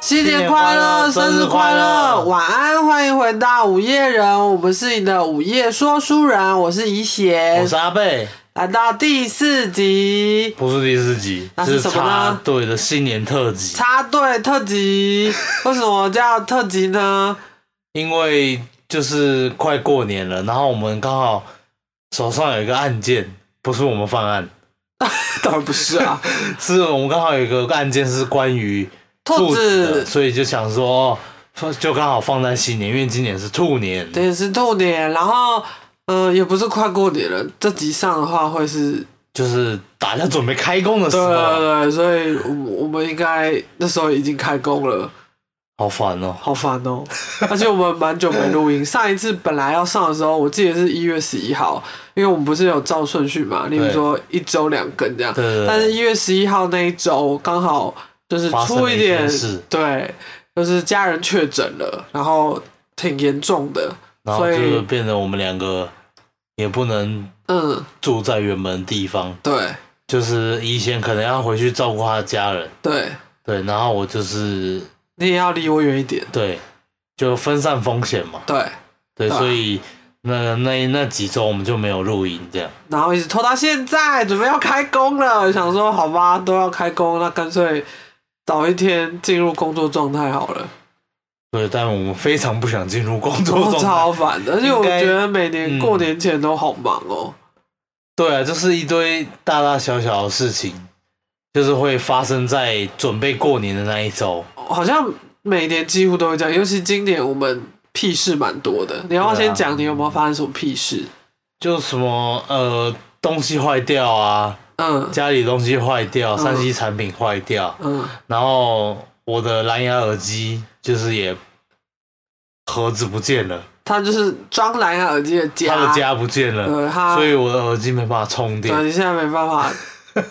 新年快乐，生日快乐，！晚安，欢迎回到午夜人，我们是你的午夜说书人，我是怡我贤是，阿贝，来到第四集不是第四集，那这是是什么呢插队的新年特辑，插队特 辑，为什么叫特辑呢？因为就是快过年了，然后我们刚好手上有一个案件，不是我们犯案，当然不是啊，是我们刚好有一个案件是关于兔子的，兔子所以就想说，哦就刚好放在新年，因为今年是兔年， 对，是兔年，然后嗯、呃也不是快过年了，这集上的话会是，就是大家准备开工的时对啊对候，对，所以我我们应该那时候已经开工了。好烦哦。好烦哦！而且我们蛮久没录音，上一次本来要上的时候，我记得是一月十一号，因为我们不是有照顺序嘛，例如说一周两更这样。对对对但是一月十一号那一周刚好就是发生出了一点件事对，就是家人确诊了，然后挺严重的，然后所就以变得我们两个也不能嗯，住在原本的地方，对就是以前可能要回去照顾他的家人，对，对，然后我就是你也要离我远一点，对，就分散风险嘛，对，对，对啊所以那那那几周我们就没有录音，这样然后一直拖到现在，准备要开工了，想说好吧，都要开工，那干脆早一天进入工作状态好了。对，但我们非常不想进入工作我状态，哦超烦的，而且我应该觉得每年嗯过年前都好忙哦。对啊，就是一堆大大小小的事情，就是会发生在准备过年的那一周，好像每年几乎都会这样，尤其今年我们屁事蛮多的。你要不要对啊先讲你有没有发生什么屁事？就什么呃东西坏掉啊，嗯家里东西坏掉，嗯三 C 产品坏掉，嗯，然后我的蓝牙耳机就是也盒子不见了，他就是装蓝牙耳机的家，它的家不见了，对他，所以我的耳机没办法充对啊电，你现在没办 法，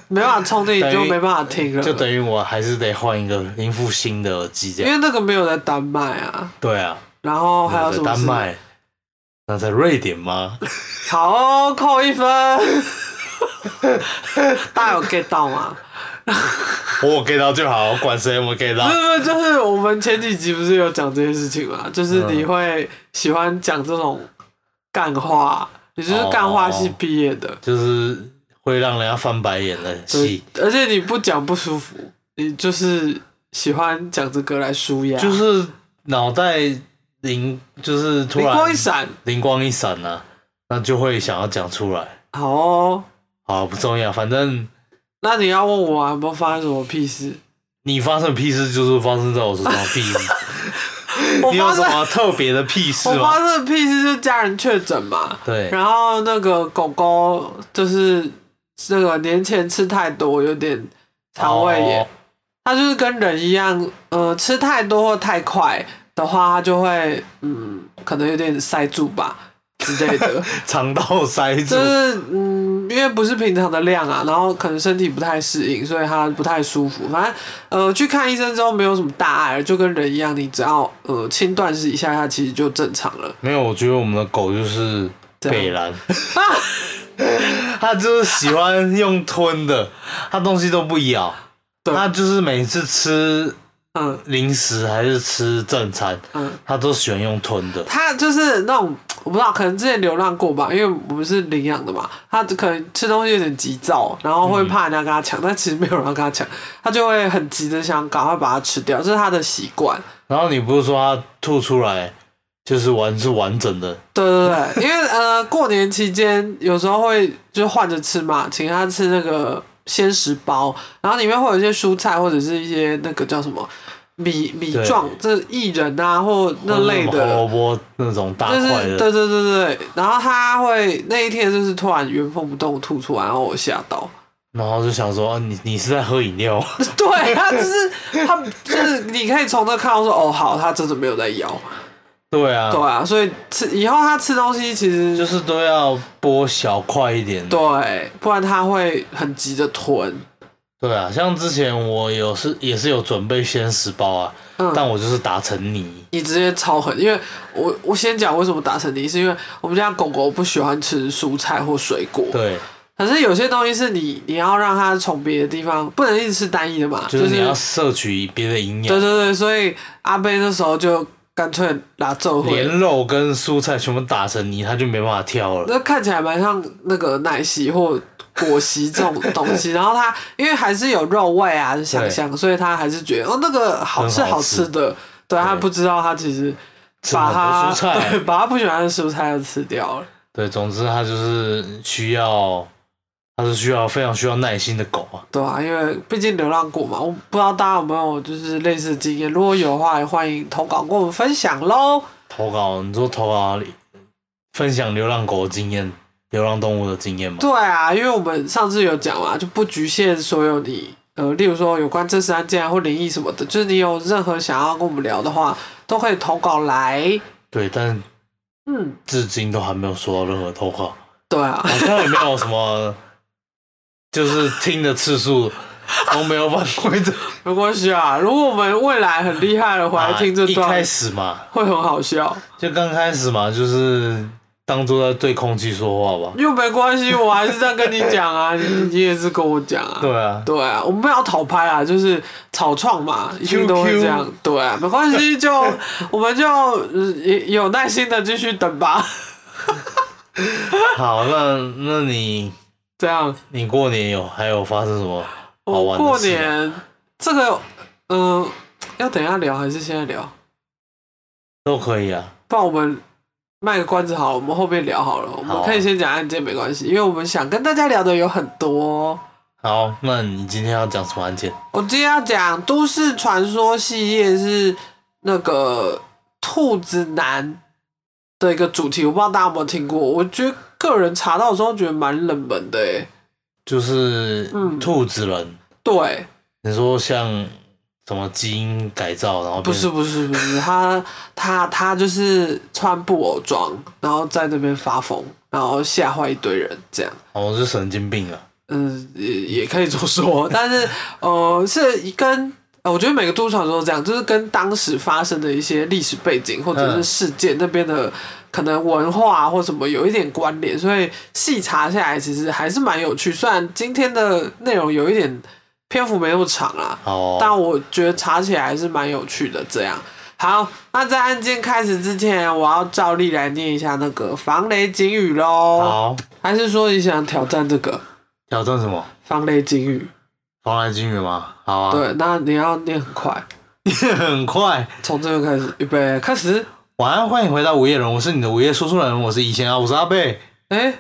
没办法充电，你就等于没办法听了，就等于我还是得换一个一副新的耳机这因样。为那个没有在丹麦啊，对啊，然后还有那什在么丹事？麦，那在瑞典吗？ 好哦，扣一分。 大家有 get 到吗？我有 get 到就好，管谁有没有 get 到不。是不是，就是我们前几集不是有讲这件事情嘛？就是你会喜欢讲这种干话，你就是干话系毕业的，哦就是会让人家翻白眼的对戏，，而且你不讲不舒服，你就是喜欢讲这个来舒压，就是脑袋灵，就是突灵然光一闪。灵光一闪啊，那就会想要讲出来。好哦，好，不重要，反正那你要问我啊有没有发生什么屁事？你发生屁事就是发生在我身上的屁事。 我你有发什生么特别的屁事我发吗？生的屁事就是家人确诊嘛，对，然后那个狗狗就是那个年前吃太多，有点肠胃炎。哦它就是跟人一样，呃，吃太多或太快的话，它就会嗯，可能有点塞住吧之类的，肠道塞住就，是嗯，因为不是平常的量啊，然后可能身体不太适应，所以它不太舒服。反正呃，去看医生之后没有什么大碍，就跟人一样，你只要呃轻断食一下，它其实就正常了。没有，我觉得我们的狗就是这样北兰， 它就是喜欢用吞的，它东西都不咬，对它就是每次吃嗯零食还是吃正餐，嗯。它都喜欢用吞的。他就是那种我不知道，可能之前流浪过吧，因为我们是领养的嘛，他可能吃东西有点急躁，然后会怕人家跟他抢，但其实没有人要跟他抢，他就会很急的想赶快把它吃掉，这是他的习惯。然后你不是说它吐出来就是完是完整的，对对 对，因为呃过年期间有时候会就换着吃嘛，请他吃那个鲜食包，然后里面会有一些蔬菜或者是一些那个叫什么米米对状，这薏仁啊或那类或者什么的红萝卜那种大就是块的，对对对对，然后他会那一天就是突然原封不动吐出来，然后我吓到。 然后就想说啊你你是在喝饮料吗， 对他就是他就是你可以从这看到说哦好，他真的没有在咬，对啊，对啊，所以吃以后他吃东西其实就是是都要剥小块一点的。对，啊不然他会很急着吞。对啊，像之前我有是也是有准备鲜食包啊，嗯但我就是打成泥。你直接超狠，因为我我先讲为什么打成泥，是因为我们家狗狗不喜欢吃蔬菜或水果，对，可是有些东西是你你要让它从别的地方，不能一直吃单一的嘛，就就是你要摄取别的营对对养，对，所以阿贝那时候就干脆拿皱回连。肉跟蔬菜全部打成泥，它就没办法挑了。那看起来蛮像那个奶昔或果昔这种东 西，然后它因为还是有肉味啊，想象，所以他还是觉得哦，那个好是很好好吃吃的。对他对不知道，他其实吃把很他多蔬 菜对，把他不喜欢的蔬菜都吃掉了。对，总之它就是需要，它是需要非常需要耐心的狗啊。对啊，因为毕竟流浪过嘛，我不知道大家有没有就是类似的经验，如果有的话，也欢迎投稿跟我们分享喽。投稿，你说投稿哪里分享流浪狗的经验、流浪动物的经验吗？对啊，因为我们上次有讲嘛，就不局限所有你呃，例如说有关真实案件啊或灵异什么的，就是你有任何想要跟我们聊的话，都可以投稿来。对，但嗯，至今都还没有收到任何投稿，对啊，好像也没有什么， 就是听的次数都没有反 馈的。没关系啊，如果我们未来很厉害的话，听这啊一段开始嘛，会很好笑，就刚开始嘛，就是当做在对空气说话吧。又没关系，我还是在跟你讲啊，你你也是跟我讲啊。对啊，对啊，我们没有要讨拍啊，就是草创嘛，一定都会这样 QQ。对啊，没关系，就我们就呃也有耐心的继续等吧。好，那那你这样，你过年有还有发生什么好我玩的过事吗啊年这个，嗯、要等一下聊还是现在聊？都可以啊。不然我们卖个关子好了，我们后面聊好了。我好们啊可以先讲案件没关系，因为我们想跟大家聊的有很多。好，那你今天要讲什么案件？我今天要讲都市传说系列是那个兔子男的一个主题，我不知道大家有没有听过。我觉得个人查到的时候觉得蛮冷门的欸诶、就是嗯兔子人，对，你说像什么基因改造，然后不变是不是不是，他他他就是穿布偶装，然后在那边发疯，然后吓坏一堆人这样。哦是神经病啊，嗯，也也可以这么说， 但是呃，是跟呃，我觉得每个都市传说都这样，就是跟当时发生的一些历史背景或者是事件那边的可能文化或什么有一点关联，所以细查下来其实还是蛮有趣。虽然今天的内容有一点篇幅没那么长啊啦，哦，但我觉得查起来还是蛮有趣的。这样，好，那在案件开始之前，我要照例来念一下那个防雷警语喽。好，还是说你想挑战这个？挑战什么？防雷警语。防来金鱼吗？好啊，对，那你要念很快， 很快。从这边开始，预备开始。晚安，欢迎回到午夜人，我是你的午夜说书人，我是以前啊，我是阿贝。哎、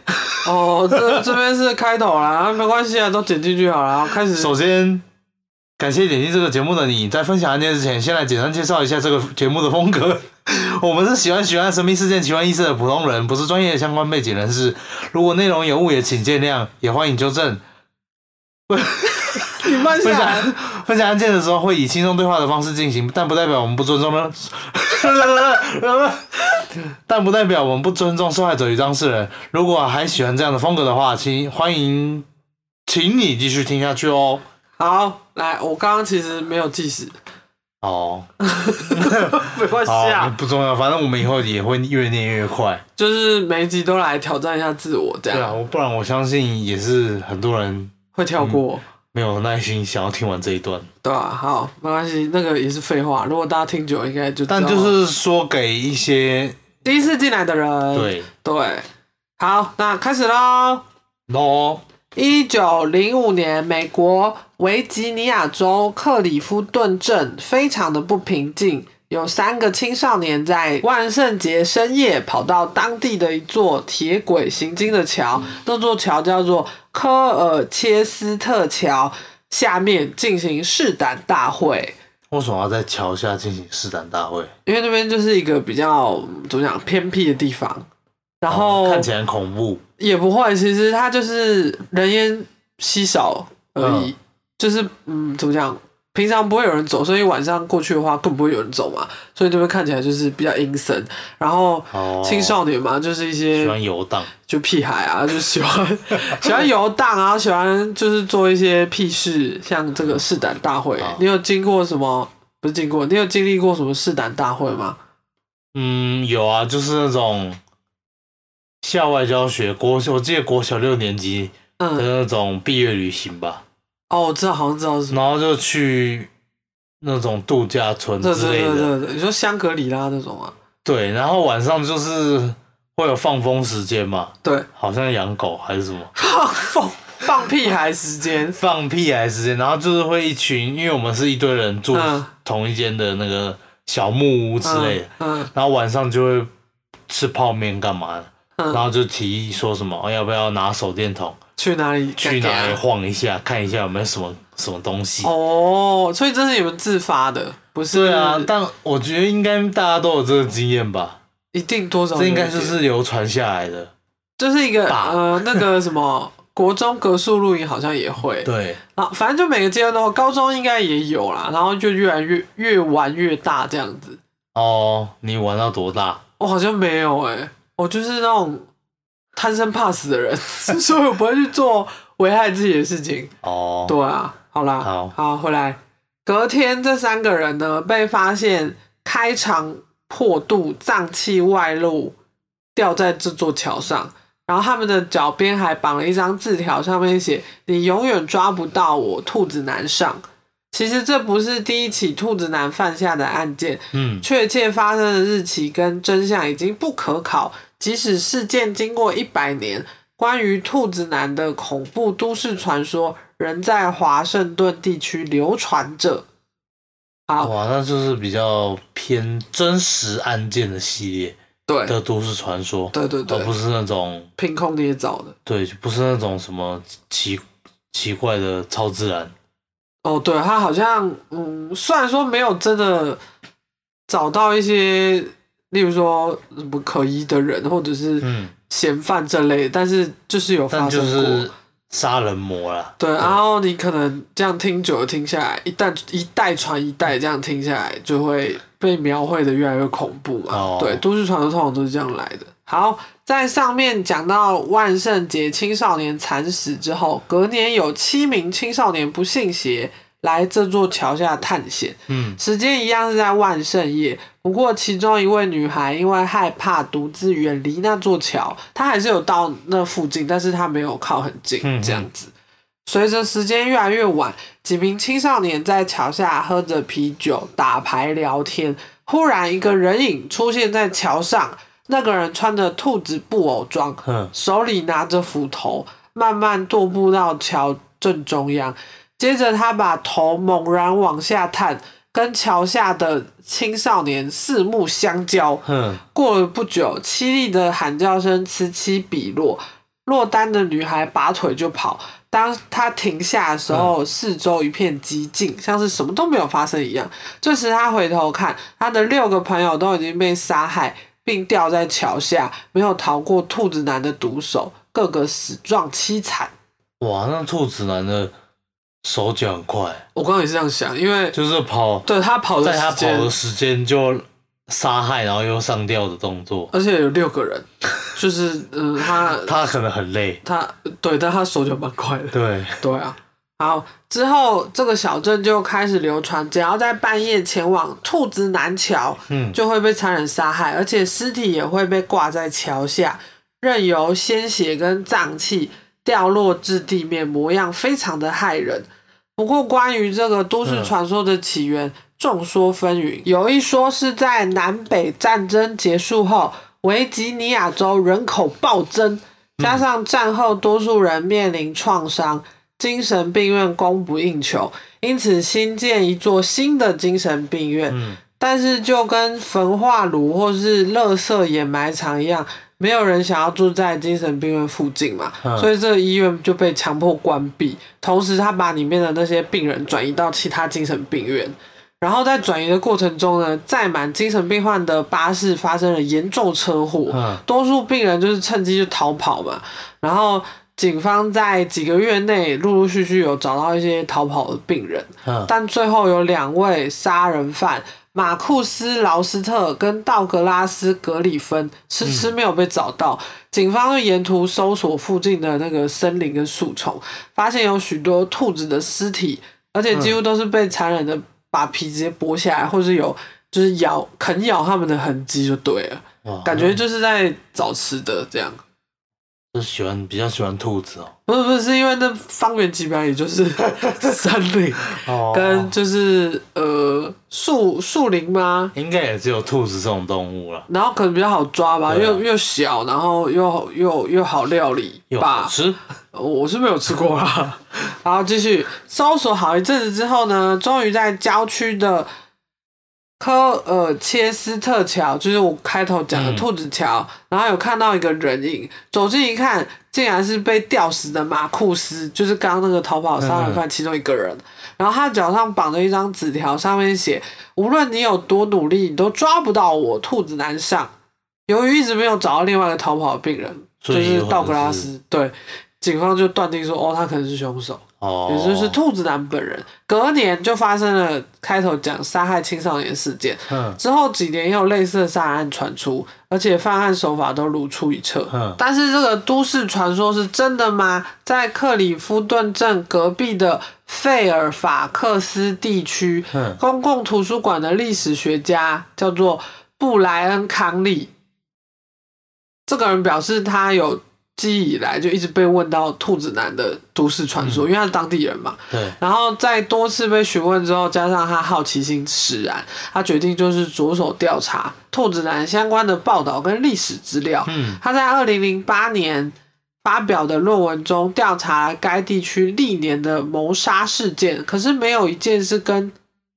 哦，这这边是开头啦，没关系啊，都剪进去好了。开始，首先，感谢点进这个节目的你，在分享案件之前，先来简单介绍一下这个节目的风格。 我们是喜欢喜欢神秘事件、奇幻异事的普通人，不是专业的相关背景人士。如果内容有误，也请见谅，也欢迎纠正。你慢分下来。享分享案件的时候会以轻松对话的方式进行，但不代表我们不尊重呢。 但不代表我们不尊重受害者与当事人。如果还喜欢这样的风格的话，请欢迎，请你继续听下去哦。好，来，我刚刚其实没有计时，哦，没关系好，啊，不重要，反正我们以后也会越念越快。就是每一集都来挑战一下自我，这对样、啊，我不然我相信也是很多人会跳过。没有耐心想要听完这一段。对啊，好，没关系，那个也是废话。如果大家听久，应该就知道但就是说给一些第一次进来的人，对对，好，那开始喽。咯，一九零五年，美国维吉尼亚州克里夫顿镇非常的不平静，有三个青少年在万圣节深夜跑到当地的一座铁轨行经的桥，嗯那座桥叫做科尔切斯特桥，下面进行试胆大会。为什么要在桥下进行试胆大会？因为那边就是一个比较嗯怎么讲偏僻的地方，然后哦看起来很恐怖，也不会，其实它就是人烟稀少而已，就是嗯，怎么讲？平常不会有人走，所以晚上过去的话更不会有人走嘛，所以就会看起来就是比较阴森。然后哦青少年嘛，就是一喜些欢游荡，就屁孩啊，就喜欢喜欢游荡啊，喜欢就是做一些屁事，像这个试胆大会好，你有经过什么？不是经过，你有经历过什么试胆大会吗？嗯，有啊，就是那种校外教学，国我记得国小六年级嗯的那种毕业旅行吧，哦，我知道，好像知道是什么。然后就去那种度假村对之对类对的，对对，你说香格里拉那种啊？对，然后晚上就是会有放风时间嘛， 对，好像养狗还是什么放放 放屁孩时间，放屁还是时间，然后就是会一群，因为我们是一堆人住嗯同一间的那个小木屋 之类的，嗯。嗯然后晚上就会吃泡面干嘛的。嗯然后就提议说什么，哦要不要拿手电筒去哪里？去哪里干干啊晃一下，看一下有没有什么什么东西？哦，所以这是你们自发的，不是？对啊，但我觉得应该大家都有这个经验吧，一定多少有这一应点？该就是流传下来的。就是一个吧呃那个什么。国中格数露营好像也会，对，啊，反正就每个阶段都有，高中应该也有啦，然后就越来越越玩越大这样子。哦，你玩到多大？我好像没有哎、我就是那种贪生怕死的人， 所以我不会去做危害自己的事情。哦，对啊，好啦，好回来。隔天，这三个人呢被发现开肠破肚、脏器外露，掉在这座桥上。然后他们的脚边还绑了一张字条，上面写“你永远抓不到我，兔子男上”。其实这不是第一起兔子男犯下的案件，嗯，确切发生的日期跟真相已经不可考。即使事件经过一百年，关于兔子男的恐怖都市传说仍在华盛顿地区流传着。好，哇，那就是比较偏真实案件的系列对的都市传说，对对而对哦不，是那种凭空捏造的。对，不是那种什么奇奇怪的超自然。哦，对，他好像嗯，虽然说没有真的找到一些，例如说什么可疑的人或者是嗯，嫌犯这类，但是就是有但发生就过。是杀人魔啦。对，然后你可能这样听久了，听下来，一代一代传一代，这样听下来就会被描绘的越来越恐怖嘛。哦对，都市传说通常都是这样来的。好，在上面讲到万圣节青少年惨死之后，隔年有七名青少年不信邪来这座桥下探险，嗯，时间一样是在万圣夜，不过其中一位女孩因为害怕独自远离那座桥，她还是有到那附近，但是她没有靠很近嗯嗯这样子。随着时间越来越晚，几名青少年在桥下喝着啤酒、打牌、聊天。忽然，一个人影出现在桥上，那个人穿着兔子布偶装，哼，手里拿着斧头，慢慢踱步到桥正中央。接着，他把头猛然往下探，跟桥下的青少年四目相交。哼，过了不久，凄厉的喊叫声此起彼落，落单的女孩拔腿就跑。当她停下的时候，四周一片寂静，像是什么都没有发生一样。这时她回头看，她的六个朋友都已经被杀害，并吊在桥下，没有逃过兔子男的毒手，个个死状凄惨。哇，那兔子男的手脚很快，我刚刚也是这样想，因为就是跑，对他跑的在他时跑间的时间就杀害，然后又上吊的动作，而且有六个人，就是嗯，他他可能很累。他对，但他手脚蛮快的。对，对啊，好，之后这个小镇就开始流传，只要在半夜前往兔子南桥，嗯就会被残忍杀害，而且尸体也会被挂在桥下，任由鲜血跟脏器掉落至地面，模样非常的骇人。不过，关于这个都市传说的起源，众说纷纭。有一说是在南北战争结束后，维吉尼亚州人口暴增，加上战后多数人面临创伤，精神病院供不应求，因此新建一座新的精神病院。嗯但是就跟焚化炉或是垃圾掩埋场一样，没有人想要住在精神病院附近嘛，嗯所以这个医院就被强迫关闭。同时，他把里面的那些病人转移到其他精神病院。然后在转移的过程中呢，载满精神病患的巴士发生了严重车祸，嗯多数病人就是趁机就逃跑嘛。然后警方在几个月内陆陆续续有找到一些逃跑的病人，嗯，但最后有两位杀人犯马库斯·劳斯特跟道格拉斯·格里芬迟迟没有被找到。警方就沿途搜索附近的那个森林跟树丛，发现有许多兔子的尸体，而且几乎都是被残忍的把皮直接剥下来，或是有就是咬啃咬他们的痕迹就对了，哇感觉就是在找吃的这样。那就喜欢比较喜欢兔子哦。不是不是，是因为那方圆几百里就是 森林，哦跟就是呃树树林吗？应该也只有兔子这种动物了，然后可能比较好抓吧，对啊又又小，然后又又又好料理有吧。吃我是没有吃过啦。 然后继续搜索好一阵子之后呢，终于在郊区的科尔切斯特桥，就是我开头讲的嗯兔子桥，然后有看到一个人影，走近一看，竟然是被吊死的马库斯，就是刚刚那个逃跑杀人犯其中一个人。然后他脚上绑着一张纸条，上面写：“无论你有多努力，你都抓不到我，兔子难上。”由于一直没有找到另外一个逃跑的病人，就所以是有可能道格拉是斯，对，警方就断定说，哦，他可能是凶手，哦，也就是兔子男本人。隔年就发生了开头讲杀害青少年事件，嗯之后几年也有类似的杀人案传出，而且犯案手法都如出一辙。嗯但是这个都市传说是真的吗？在克里夫顿镇隔壁的费尔法克斯地区，嗯公共图书馆的历史学家叫做布莱恩·康利。这个人表示，他有记忆以来就一直被问到兔子男的都市传嗯说，因为他是当地人嘛。对，然后在多次被询问之后，加上他好奇心使然，他决定就是着手调查兔子男相关的报道跟历史资料。嗯他在二零零八年发表的论文中调查该地区历年的谋杀事件，可是没有一件是跟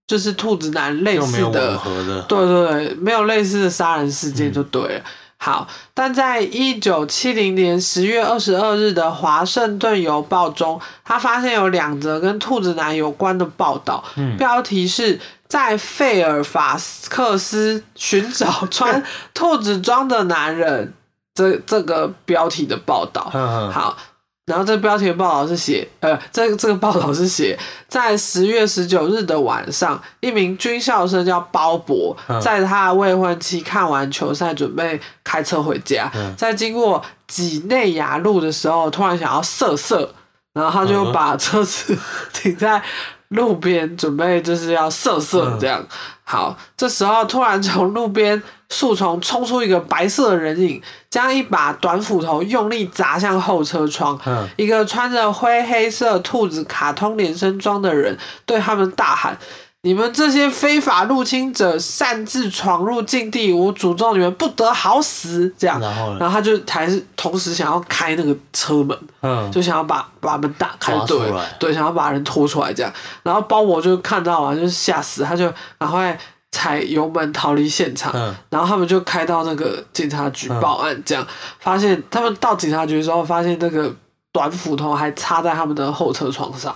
就是兔子男类又没似有的吻合的，对对对，没有类似的杀人事件就对了。好，但在一九七零年十月二十二日的《华盛顿邮报》中，他发现有两则跟兔子男有关的报道，标题是在费尔法克斯寻找穿兔子装的男人。这这个标题的报道，嗯嗯好，然后这标题的报道是写，呃，这这个报道是写，在十月十九日的晚上，一名军校生叫鲍勃，嗯在他的未婚妻看完球赛准备开车回家，嗯在经过几内亚路的时候，突然想要色色，然后他就嗯哼把车子停在路边，准备就是要色色嗯这样。好，这时候突然从路边树丛冲出一个白色的人影，将一把短斧头用力砸向后车窗。嗯一个穿着灰黑色兔子卡通连身装的人对他们大喊：“你们这些非法入侵者擅自闯入禁地，我诅咒你们不得好死！”这样，然后呢然后他就还是同时想要开那个车门，嗯，就想要把把门打开，抓对出来对，想要把人拖出来这样。然后包我就看到啊，就是吓死，他就赶快踩油门逃离现场。嗯然后他们就开到那个警察局嗯报案，这样、发现他们到警察局的时候，发现那个短斧头还插在他们的后车窗上，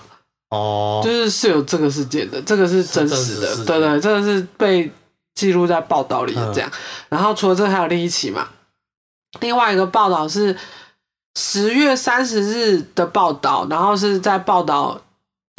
哦，就是是有这个事件的，这个是真实的，是真实事件对对，这个是被记录在报道里的嗯这样。然后除了这个还有另一起嘛，另外一个报道是十月三十日的报道，然后是在报道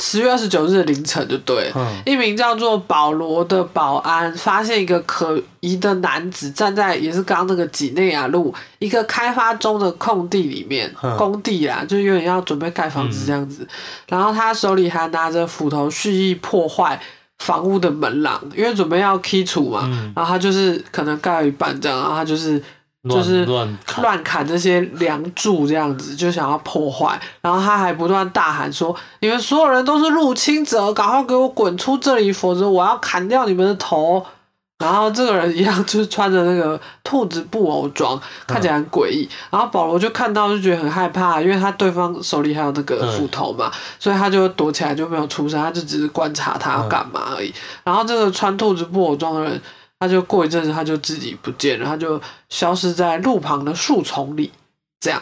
十月二十九日的凌晨就对了，嗯一名叫做保罗的保安发现一个可疑的男子站在也是刚刚那个几内亚路一个开发中的空地里面，嗯工地啦，就有点要准备盖房子这样子。然后他手里还拿着斧头，蓄意破坏房屋的门廊，因为准备要剔除嘛。嗯，然后他就是可能盖到一半这样，然后他就是乱就是乱砍，乱砍这些梁柱这样子，就想要破坏。然后他还不断大喊说：“你们所有人都是入侵者，赶快给我滚出这里，否则我要砍掉你们的头。”然后这个人一样就是穿着那个兔子布偶装，看起来很诡异。然后保罗就看到就觉得很害怕，因为他对方手里还有那个嗯斧头嘛，所以他就躲起来就没有出声，他就只是观察他要干嘛而已。然后这个穿兔子布偶装的人，他就过一阵子他就自己不见了，他就消失在路旁的树丛里。这样，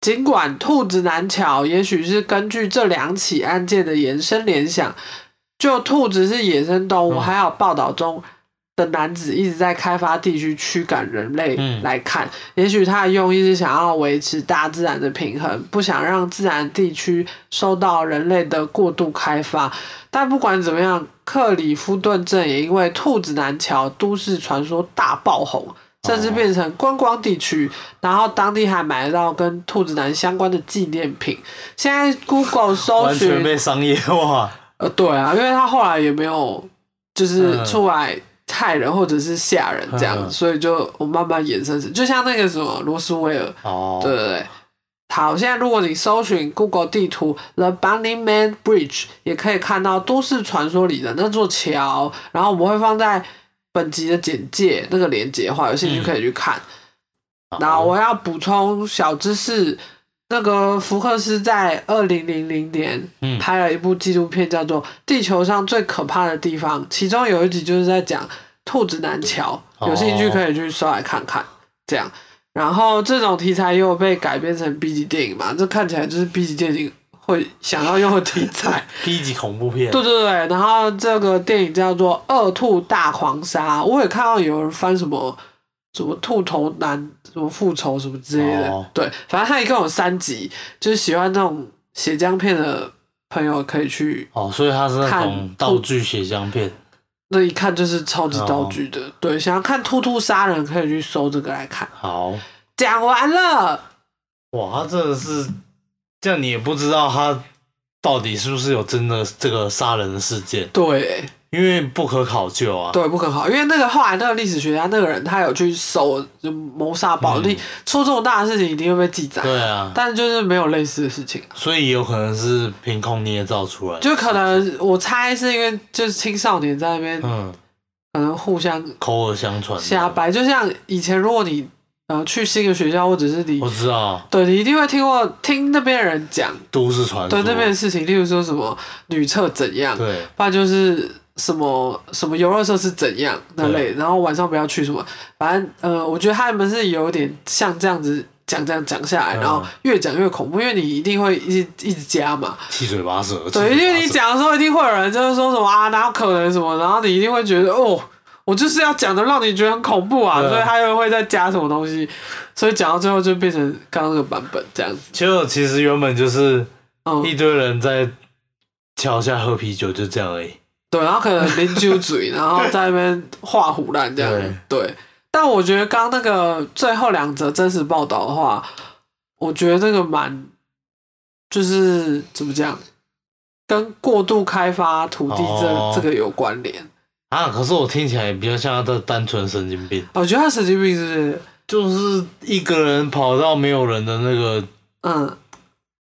尽管兔子难巧，也许是根据这两起案件的延伸联想，就兔子是野生动物，嗯还有报道中的男子一直在开发地区驱赶人类嗯来看，也许他的用意是想要维持大自然的平衡，不想让自然地区受到人类的过度开发。但不管怎么样，克里夫顿镇也因为兔子南桥都市传说大爆红，甚哦至变成观光地区。然后当地还买得到跟兔子男相关的纪念品。现在 Google 搜完全寻，被商业化，呃，对啊，因为他后来也没有就是嗯出来害人或者是吓人这样，嗯所以就我慢慢衍生成，就像那个什么罗斯威尔，哦，对对对。好，现在如果你搜寻 Google 地图 The Bunny Man Bridge，也可以看到都市传说里的那座桥。然后我们会放在本集的简介那个链接的话，有兴趣嗯可以去看。好然后我要补充小知识，那个福克斯在二零零零年嗯拍了一部纪录片，叫做《地球上最可怕的地方》，其中有一集就是在讲兔子南桥，哦有兴趣可以去搜来看看。这样，然后这种题材也有被改编成 B 级电影嘛，这看起来就是 B 级电影会想要用的题材。第一集恐怖片，对对对，然后这个电影叫做《恶兔大狂杀》，我也看到有人翻什么什么兔头男、什么复仇什么之类的。哦对，反正它一共有三集，就是喜欢那种血浆片的朋友可以去，哦，所以它是那种看道具血浆片，那一看就是超级道具的。对，想要看兔兔杀人可以去搜这个来看。好，讲完了，哇，它真的是，这样你也不知道它到底是不是有真的这个杀人的事件，对。因为不可考究啊。对，不可靠，因为那个后来那个历史学家那个人，他有去搜就谋杀暴力，出这种大的事情一定会被记载，对啊，但就是没有类似的事情，所以有可能是凭空捏造出来的，就可能我猜是因为就是青少年在那边嗯，可能互相口耳相传的。瞎掰，就像以前如果你呃去新的学校或者是你我知道对你一定会听过听那边人讲都市传说，对那边的事情，例如说什么女厕怎样，对不然就是什么什么游乐设施怎样那类，然后晚上不要去什么，反正呃，我觉得他们是有点像这样子讲这样讲下来，嗯然后越讲越恐怖，因为你一定会一直一直加嘛，七嘴八舌。对，七因嘴八为你舌，讲的时候一定会有人就是说什么啊，哪有可能什么，然后你一定会觉得哦。我就是要讲的让你觉得很恐怖啊，对啊所以他又会再加什么东西，所以讲到最后就变成刚刚那个版本这样子。就其实原本就是嗯，一堆人在桥下喝啤酒，就这样而已。对，然后可能邻居嘴，然后在那边画虎烂这样。对，但我觉得刚那个最后两则真实报道的话，我觉得那个蛮，就是怎么讲，跟过度开发土地这、哦这个有关联。啊，可是我听起来比较像他的单纯神经病，我觉得他神经病是不是，就是一个人跑到没有人的那个嗯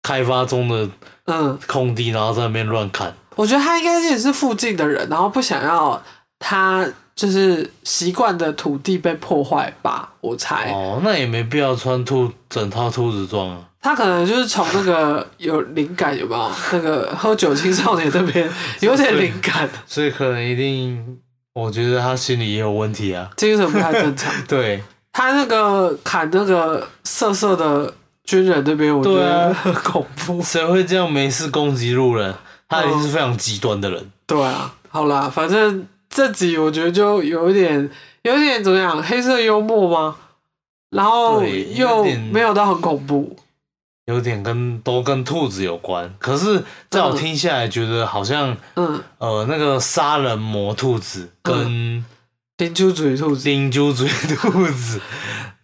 开发中的嗯，空地，然后在那边乱砍。我觉得他应该也是附近的人，然后不想要他就是习惯的土地被破坏吧，我猜。哦，那也没必要穿兔整套兔子装啊。他可能就是从那个有灵感有没有？那个喝酒青少年那边有点灵感，所以可能一定，我觉得他心里也有问题啊。精神不太正常。对，他那个砍那个色色的军人那边，我觉对得啊很恐怖。谁会这样没事攻击路人？他一定是非常极端的人。对啊，好啦，反正这集我觉得就有一点有一点怎么样，黑色幽默吗？然后对有又点没有到很恐怖，有点跟都跟兔子有关，可是在我听下来，觉得好像嗯，呃那个杀人魔兔子跟灵柩嘴兔子，灵柩嘴兔子，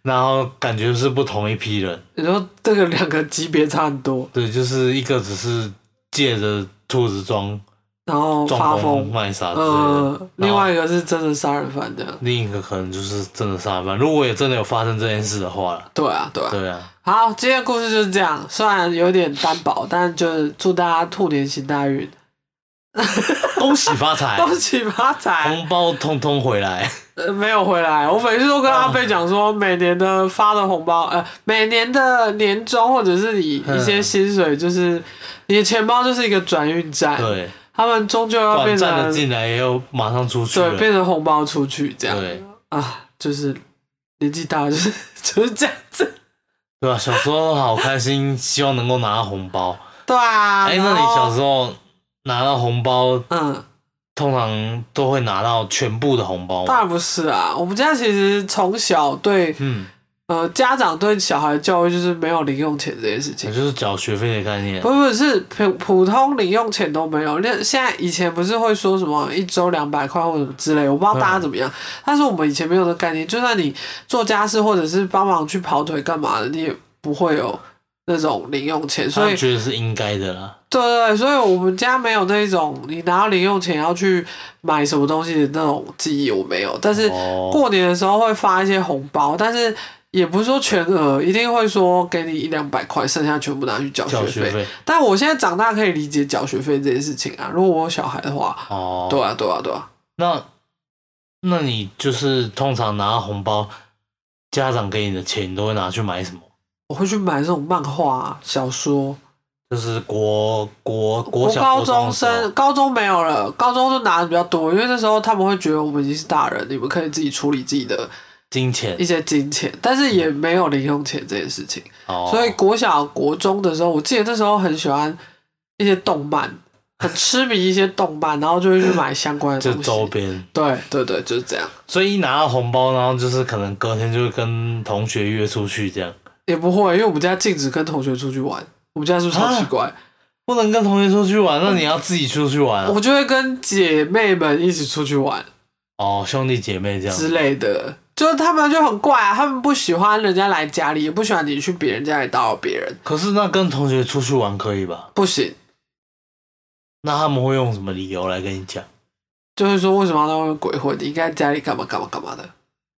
然后感觉是不同一批人。你说这个两个级别差很多，对，就是一个只是借着兔子装然后发装疯疯，卖傻之类的，嗯，另外一个是真的杀人犯这样。另一个可能就是真的杀人犯。如果也真的有发生这件事的话啦，对啊，对啊。对啊，好，今天的故事就是这样，虽然有点单薄，但就是祝大家兔年行大运，恭喜发 财，恭喜发财。红包通通回来。呃，没有回来，我每次都跟阿哦贝讲说，每年的发的红包，呃，每年的年终或者是你嗯一些薪水，就是你的钱包就是一个转运站，对，他们终究要短啊变暂的成进来也有马上出去对了。变成红包出去这样对啊，就是年纪大了就是 就是这样子，对啊，小时候好开心，希望能够拿到红包。对啊。哎，然那你后小时候拿到红包，嗯。通常都会拿到全部的红包当吗？然不是啊，我们家其实从小对嗯，呃家长对小孩的教育就是没有零用钱这件事也情，就是缴学费的概念不。不是普普通零用钱都没有。那现在以前不是会说什么一周两百块或者什么之类，我不知道大家怎么样，但是我们以前没有的概念，就算你做家事或者是帮忙去跑腿干嘛的，你也不会有那种零用钱，所他以觉得是应该的啦，对对啊对，所以我们家没有那一种你拿到零用钱要去买什么东西的那种记忆，我没有。但是哦过年的时候会发一些红包，但是也不是说全额，一定会说给你一两百块，剩下全部拿去缴交学学费。费但我现在长大可以理解缴学费这件事情啊，如果我有小孩的话，哦。对啊对啊对啊，那那你就是通常拿到红包，家长给你的钱，你都会拿去买什么？我会去买这种漫画、啊、小说。就是国国国小高中中的时候生，高中没有了，高中就拿的比较多，因为那时候他们会觉得我们已经是大人，你们可以自己处理自己的金钱一，些金钱，但是也没有零用钱这件事情。哦所以国小、国中的时候，我记得那时候很喜欢一些动漫，很痴迷一些动漫，然后就会去买相关的就东周西。边。对对对，就是这样，所以一拿到红包，然后就是可能隔天就会跟同学约出去，这样也不会，因为我们家禁止跟同学出去玩。我们家是不是超奇怪？不能跟同学出去玩，那你要自己出去玩啊、哦我就会跟姐妹们一起出去玩哦，兄弟姐妹这样之类的，就是他们就很怪啊，他们不喜欢人家来家里，也不喜欢你去别人家里打扰别人，可是那跟同学出去玩可以吧？不行。那他们会用什么理由来跟你讲？就是说为什么要在外面鬼混？你应该家里干嘛干嘛干嘛的，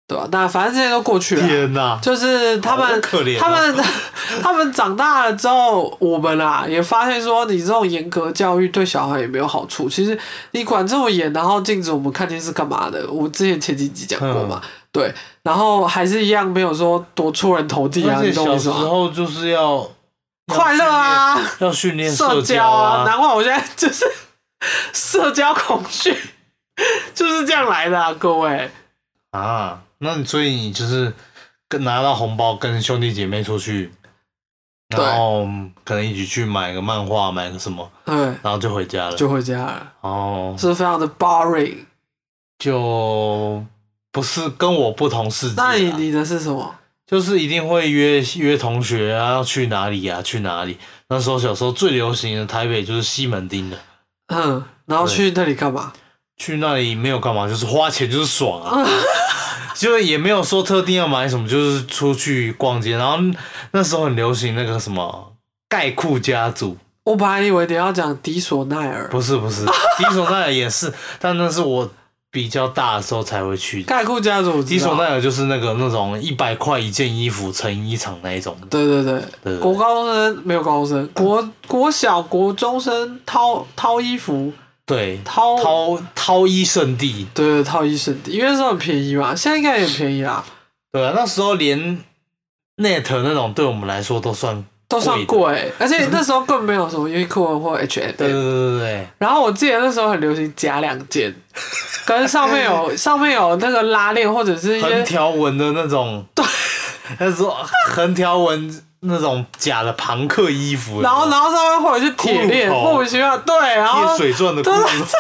对吧？那反正这些都过去了。天哪、就是他好们，可怜哦他们， 他们长大了之后，我们啦也发现说，你这种严格教育对小孩也没有好处。其实你管这么严，然后禁止我们看电视干嘛的？我之前前几集讲过嗯嘛，对，然后还是一样没有说多出人头地啊，而你且懂我小意思时吗？候就是要快乐，啊，要训练要训社练交交啊，啊。难怪我现在就是 社交恐惧， 就是这样来的啊，各位。啊，那你所以你就是跟拿到红包，跟兄弟姐妹出去，对然后可能一起去买个漫画，买个什么，对，然后就回家了。就回家了，哦，是非常的 boring。就不是跟我不同世界啊、那你你的是什么？就是一定会约约同学啊，要去哪里啊，去哪里？那时候小时候最流行的台北就是西门町的，嗯，然后对去那里干嘛？去那里没有干嘛，就是花钱就是爽 啊，就也没有说特定要买什么，就是出去逛街。然后那时候很流行那个什么盖库家族，我本来以为你要讲迪索奈尔，不是 不是，迪索奈尔也是，但那是我比较大的时候才会去的。盖库家族，迪索奈尔，尔就是那个那种一百块一件衣服成衣厂那一种，对对对，对对国对，高中生没有高中生，国国小国中生掏掏衣服，对掏掏掏衣圣地，对对掏衣圣地，因为那时候很便宜嘛，现在应该也很便宜啦，对啊，那时候连 net 那种对我们来说都算，都算贵贵，而且那时候根本没有什么 Uniqlo 或 H&M，对对对对对，然后我记得那时候很流行假两件，跟上面 有上面有那个拉链或者是一横些条纹的 那种，对，那时候横条纹那种假的朋克衣服，然后，然后上面会有一些铁链，骷髅头莫名其妙，对，然有没有后贴水钻的裤对对子，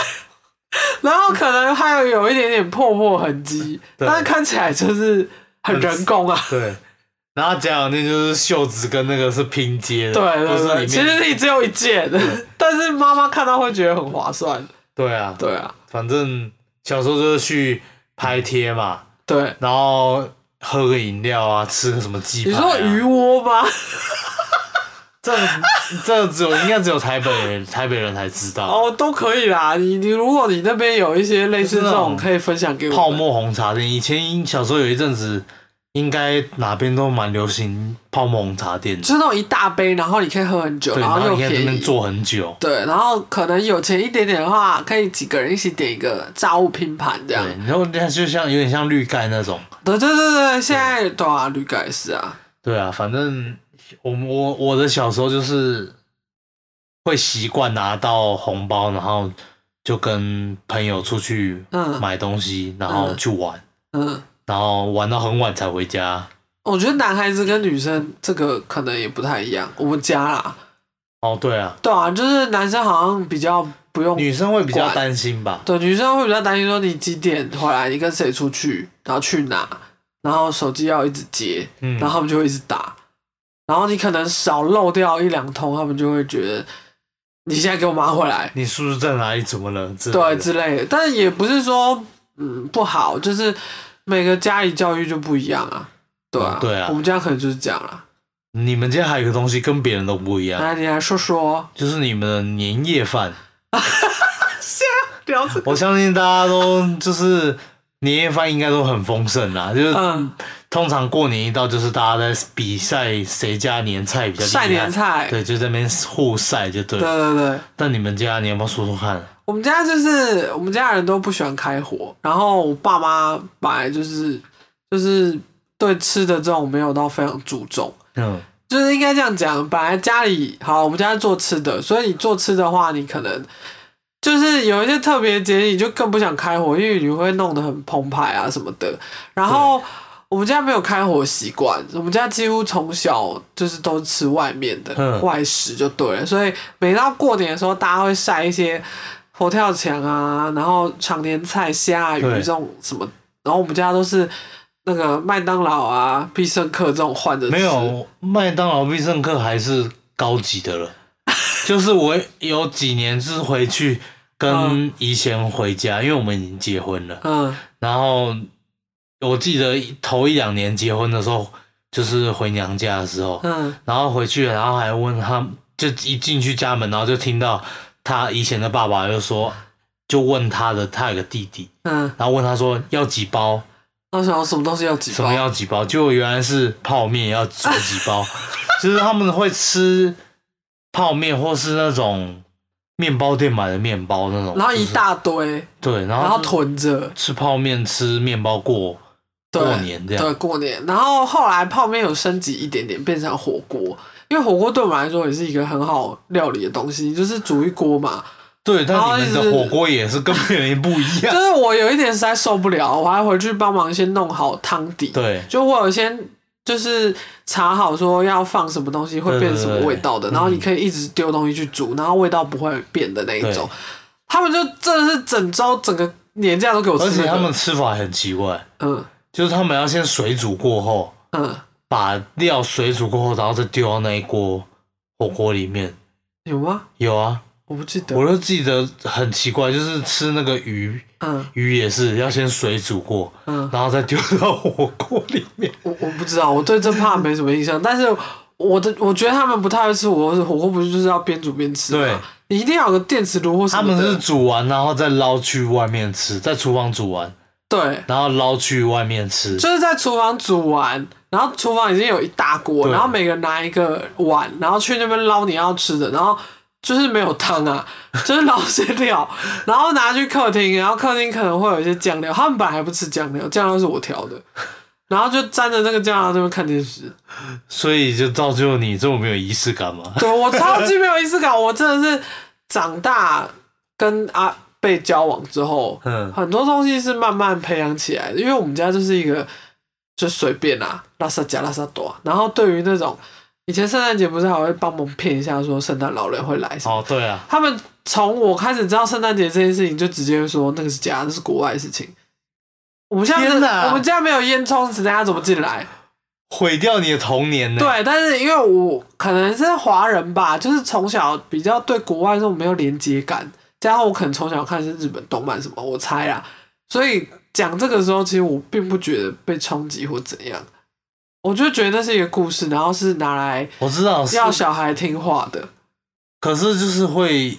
然后可能还有有一点点破破痕迹，对但是看起来就是很人工啊。对，然后假两件就是袖子跟那个是拼接的， 对对对，不其是里面，实你只有一件， 但是妈妈看到会觉得很划算。对啊，对啊，反正小时候就是去拍贴嘛，对。然后喝个饮料啊，吃个什么鸡排、你啊，说鱼窝吗？这这只有应该只有台北人台北人才知道，哦，都可以啦。你你如果你那边有一些类似就是这那种种，可以分享给我们。泡沫红茶店，以前小时候有一阵子。应该哪边都蛮流行泡沫红茶店的，就是那种一大杯，然后你可以喝很久，对，然后后又你可以在那便边宜。坐很久，对，然后可能有钱一点点的话，可以几个人一起点一个炸物拼盘这样对。，然后它就像有点像绿盖那种，对对对对，现在对啊，绿盖是啊，对啊，反正我我我的小时候就是会习惯拿到红包，然后就跟朋友出去嗯买东西，然后去玩，嗯。然后玩到很晚才回家。我觉得男孩子跟女生这个可能也不太一样。我们家啦，哦，对啊，对啊，就是男生好像比较不用，女生会比较担心吧？对女生会比较担心说你几点回来，你跟谁出去，然后去哪，然后手机要一直接，嗯，然后他们就会一直打，然后你可能少漏掉一两通，他们就会觉得你现在给我妈回来，你是不是在哪里？怎么了？之类对啊的之类的。但也不是说嗯不好，就是每个家里教育就不一样啊，对啊，嗯对啊我们家可能就是这样啦。你们家还有一个东西跟别人都不一样，来，你来说说，就是你们的年夜饭。聊这我相信大家都就是年夜饭应该都很丰盛啦，就是嗯，通常过年一到就是大家在比赛谁家年菜比较厉害，晒年菜，对，就在那边互晒就对对了。对对。但你们家你要不要说说看？我们家就是我们家人都不喜欢开火，然后我爸妈本来就是就是对吃的这种没有到非常注重，嗯就是应该这样讲。本来家里好，我们家是做吃的，所以你做吃的话，你可能就是有一些特别节日，你就更不想开火，因为你会弄得很澎湃啊什么的。然后我们家没有开火习惯，我们家几乎从小就是都是吃外面的、嗯外食就对了，所以每到过年的时候，大家会晒一些佛跳墙啊，然后常年菜、虾、鱼对这种什么，然后我们家都是。那个麦当劳啊、必胜客这种换着吃，没有，麦当劳必胜客还是高级的了。 就是我有几年是回去跟嗯怡贤回家，因为我们已经结婚了。嗯，然后我记得头一两年结婚的时候，就是回娘家的时候，嗯然后回去，然后还问他，就一进去家门，然后就听到他以前的爸爸就说，就问他的他有个弟弟，嗯，然后问他说要几包，那时候什么东西要几什包么？要几包，结果原来是泡面要煮几 包，就是他们会吃泡面或是那种面包店买的面包那种，然后一就是大堆，对，然然后后就是囤着。吃泡面吃面包过对过年这对，样，过年。然后后来泡面有升级一点点，变成火锅，因为火锅对我们来说也是一个很好料理的东西，就是煮一锅嘛。对，但然后你们一直的火锅也是跟别人不一 就样，是我有一点实在受不了，我还回去帮忙先弄好汤底，对。就我有先。就是查好说要放什么东西会变成什么味道的，对对对然后你可以一直丢东西去煮，然后味道不会变的那一种对。他们就真的是整周整个年假都给我吃、而那且个他们吃法很奇怪，嗯就是他们要先水煮过后，嗯，把料水煮过后，然后再丢到那一锅火锅里面。有吗？有啊，我不记得。我就记得很奇怪，就是吃那个鱼，嗯鱼也是要先水煮过，嗯，然后再丢到火锅里面。我我不知道，我对这怕没什么印象。但是我的我觉得他们不太会吃火锅，火锅不是就是要边煮边吃吗？对，你一定要有个电磁炉或什他么们是的。煮完，然后再捞去外面吃，在厨房煮完，对，然后捞去外面吃。就是在厨房煮完，然后厨房已经有一大锅，对然后每个人拿一个碗，然后去那边捞你要吃的，然后。就是没有汤啊，就是捞些料，然后拿去客厅，然后客厅可能会有一些酱料，他们本来还不吃酱料，酱料是我调的，然后就沾着那个酱料在那边看电视，所以就造就你这么没有仪式感嘛？对我超级没有仪式感，我真的是长大跟阿贝交往之后，嗯很多东西是慢慢培养起来的。因为我们家就是一个就随便啦、啊，拉萨加拉萨多啊。然后对于那种以前圣诞节不是还会帮忙骗一下，说圣诞老人会来什么？ 哦，对啊，他们从我开始知道圣诞节这件事情，就直接说那个是假的，那是国外的事情。我们家天哪我们家没有烟囱子，大家怎么进来？毁掉你的童年呢。，对，啊但是因为我可能是华人吧，就是从小比较对国外这种没有连接感，加上我可能从小看的是日本动漫什么，我猜啦，所以讲这个时候，其实我并不觉得被冲击或怎样，我就觉得那是一个故事，然后是拿来我知道是要小孩听话的，可是就是会，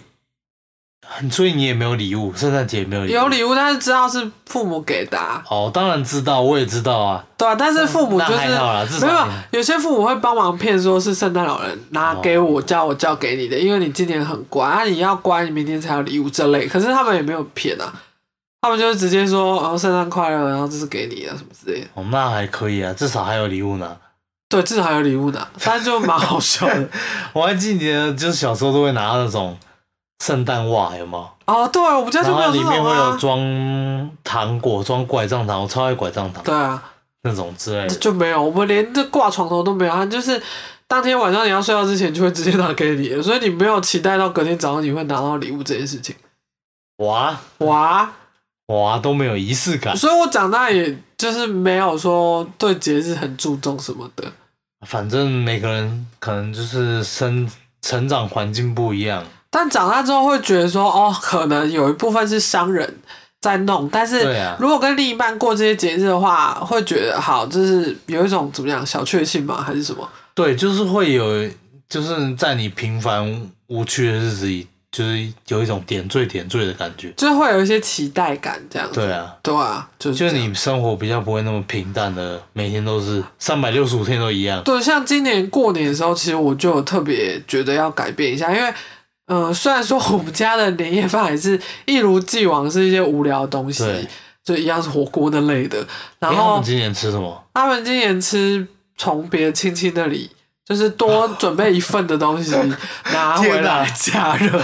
所以你也没有礼物，圣诞节也没有礼物。有礼物，但是知道是父母给的、啊，哦，当然知道，我也知道啊。对啊，但是父母那就是还好啦，至没有少你，有些父母会帮忙骗，说是圣诞老人拿给我，叫我交给你的，因为你今年很乖，啊，你要乖，你明天才有礼物这类。可是他们也没有骗啊，他们就是直接说，哦，圣诞快乐，然后这是给你的什么之类的。哦，那还可以啊，至少还有礼物拿。对，至少还有礼物拿，但就蛮好笑 的。我还记得，就是小时候都会拿那种圣诞袜，有没有？哦，对，我们家然就没有后这里面种会有啊。装糖果、装拐杖糖，我超爱拐杖糖对啊，那种之类的。就没有，我们连这挂床头都没有，它就是当天晚上你要睡觉之前就会直接拿给你了，所以你没有期待到隔天早上你会拿到礼物这件事情。哇哇！哇都没有仪式感， 所以我长大也就是没有说对节日很注重什么的。反正每个人可能就是生成长环境不一样。但长大之后会觉得说，哦，可能有一部分是商人在弄。但是对啊如果跟另一半过这些节日的话，会觉得好，就是有一种怎么样小确幸吗？还是什么？对，就是会有，就是在你平凡无趣的日子里，就是有一种点缀点缀的感觉。就是会有一些期待感这样子。对啊，对啊，就是就这是样你生活比较不会那么平淡的，每天都是三百六十五天都一样。对，像今年过年的时候，其实我就有特别觉得要改变一下，因为。嗯、虽然说我们家的年夜饭还是一如既往是一些无聊的东西对，就一样是火锅那类的。然哎他后们今年吃什么？他们今年吃从别的亲戚那里，就是多准备一份的 东西拿回天哪来加 热，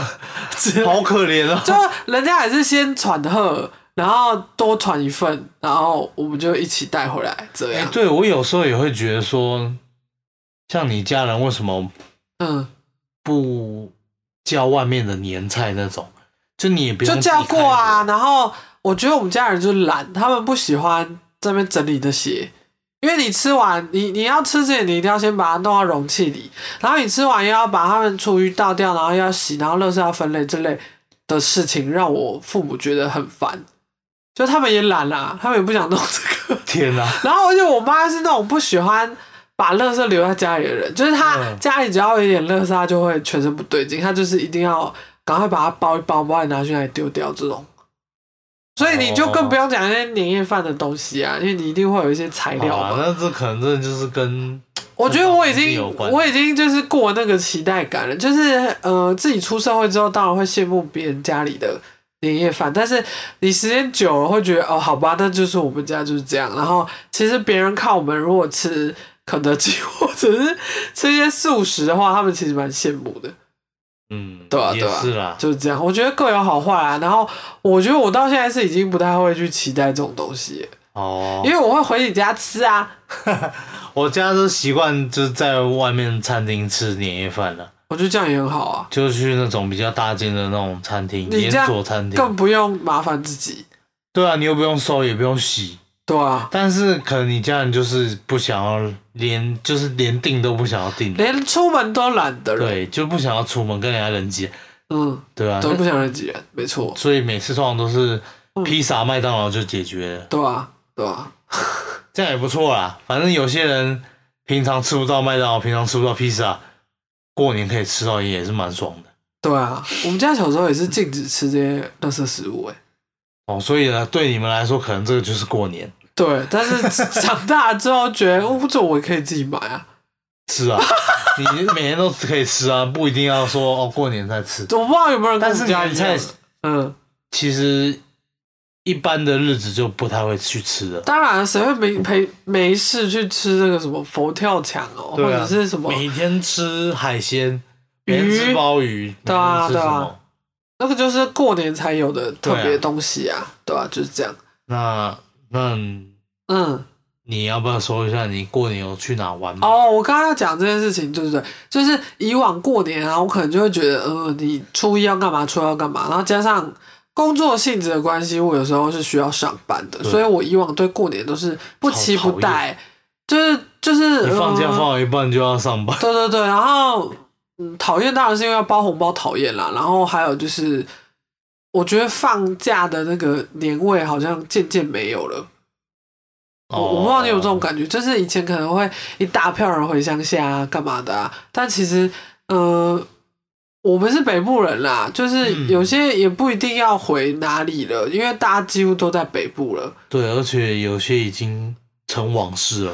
之好可怜啊！就人家也是先传贺，然后多传一份，然后我们就一起带回来，这哎样。对我有时候也会觉得说，像你家人为什么嗯，不叫外面的年菜那种？就你也不用就叫自己开过啊。火，然后我觉得我们家人就是懒，他们不喜欢这边整理这些，因为你吃完，你你要吃之前，你一定要先把它弄到容器里，然后你吃完又要把它们厨余倒掉，然后又要洗，然后垃圾要分类这类的事情，让我父母觉得很烦。就他们也懒啦、他们也不想弄这个。天哪、 然后而且我妈是那种不喜欢把垃圾留在家里的人，就是她嗯家里只要有一点垃圾，她就会全身不对劲，她就是一定要赶快把它包一包，包里拿去哪里丢掉这种。所以你就哦更不用讲那些年夜饭的东西啊，因为你一定会有一些材料好啊，嘛。那这可能真的就是跟我觉得我已经跟我们有关我已经就是过那个期待感了，就是呃自己出社会之后，当然会羡慕别人家里的年夜饭，但是你时间久了会觉得哦，好吧，那就是我们家就是这样。然后其实别人看我们如果吃肯德基或者是吃一些素食的话，他们其实蛮羡慕的，嗯，对 啊也对啊是啦，就是这样。我觉得各有好坏啊。然后我觉得我到现在是已经不太会去期待这种东西，哦，因为我会回你家吃啊。我家都习惯就是在外面餐厅吃年夜饭了，我觉得这样也很好啊，就去那种比较大间的那种餐厅，你连这样锁餐更厅。不用麻烦自己。对啊，你又不用收，也不用洗，对啊，但是可能你家人就是不想要连，就是连订都不想要订，连出门都懒得人，对，就不想要出门跟人家人挤，嗯，对啊，都不那想人挤人，没错，所以每次通常都是嗯披萨、麦当劳就解决了，对啊，对啊，这样也不错啦。反正有些人平常吃不到麦当劳，平常吃不到披萨，过年可以吃到也是蛮爽的。对啊，我们家小时候也是禁止吃这些垃圾食物、欸，哦，所以呢，对你们来说，可能这个就是过年。对，但是长大之后觉得，哦，这我也可以自己买啊，是啊，你每天都可以吃啊，不一定要说哦过年才吃。我不知道有没有人跟但我是们家年一样菜，嗯，其实一般的日子就不太会去吃了，当然谁会没没没事去吃那个什么佛跳墙哦、或对啊者是什么，每天吃海鲜，鱼每天吃鲍鱼，对啊每天吃什么对啊那个就是过年才有的特对别啊东西啊，对啊，就是这样，那那嗯。你要不要说一下你过年有去哪玩吗？哦，我刚刚要讲这件事情，对对对，就是以往过年啊，我可能就会觉得，呃，你初一要干嘛，初二要干嘛，然后加上工作性质的关系，我有时候是需要上班的，对所以我以往对过年都是不期不待，就是就是你放假呃放到一半就要上班，对对对，然后嗯，讨厌当然是因为要包红包讨厌啦，然后还有就是，我觉得放假的那个年味好像渐渐没有了。哦我我不知道你有这种感觉，就是以前可能会一大票人回乡下啊，干嘛的啊？但其实，呃，我们是北部人啦，就是嗯有些也不一定要回哪里了，因为大家几乎都在北部了，哦对，而且有些已经成往事了。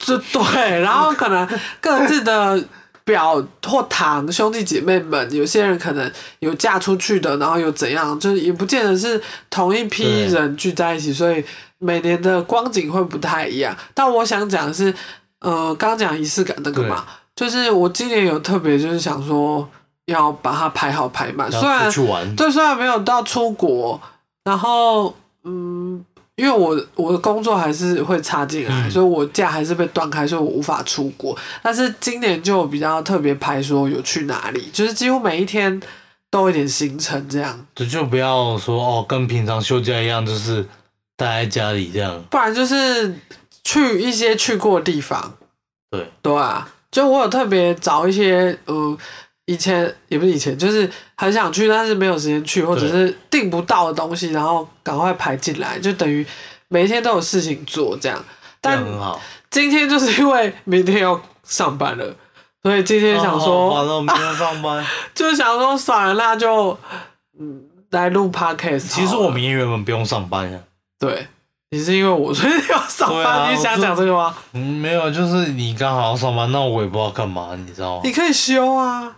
就对。然后可能呃各自的表或堂兄弟姐妹们，有些人可能有嫁出去的，然后有怎样，就是也不见得是同一批对人聚在一起，所以每年的光景会不太一样。但我想讲的是，呃，刚讲仪式感那个嘛，就是我今年有特别就是想说要把它排好排满，虽要然出去玩，对，虽然没有到出国，然后嗯，因为我我的工作还是会插进来，嗯所以我假还是被断开，所以我无法出国。但是今年就有比较特别排说有去哪里，就是几乎每一天都有一点行程这样，对就不要说哦，跟平常休假一样，就是待在家里这样。不然就是去一些去过的地方。对，对啊，就我有特别找一些呃以前也不是以前，就是很想去，但是没有时间去，或者是订不到的东西，然后赶快排进来，就等于每一天都有事情做这样。这但样很好。今天就是因为明天要上班了，所以今天想说，完哦了，我明天 上班。就想说算了，那就嗯来录 podcast 好了。啊其实我明天原本不用上班呀。对你是因为我所以要上对班，啊你想我就讲这个吗？嗯，没有，就是你刚好要上班，那我也不知道干嘛，你知道吗你？可以休啊，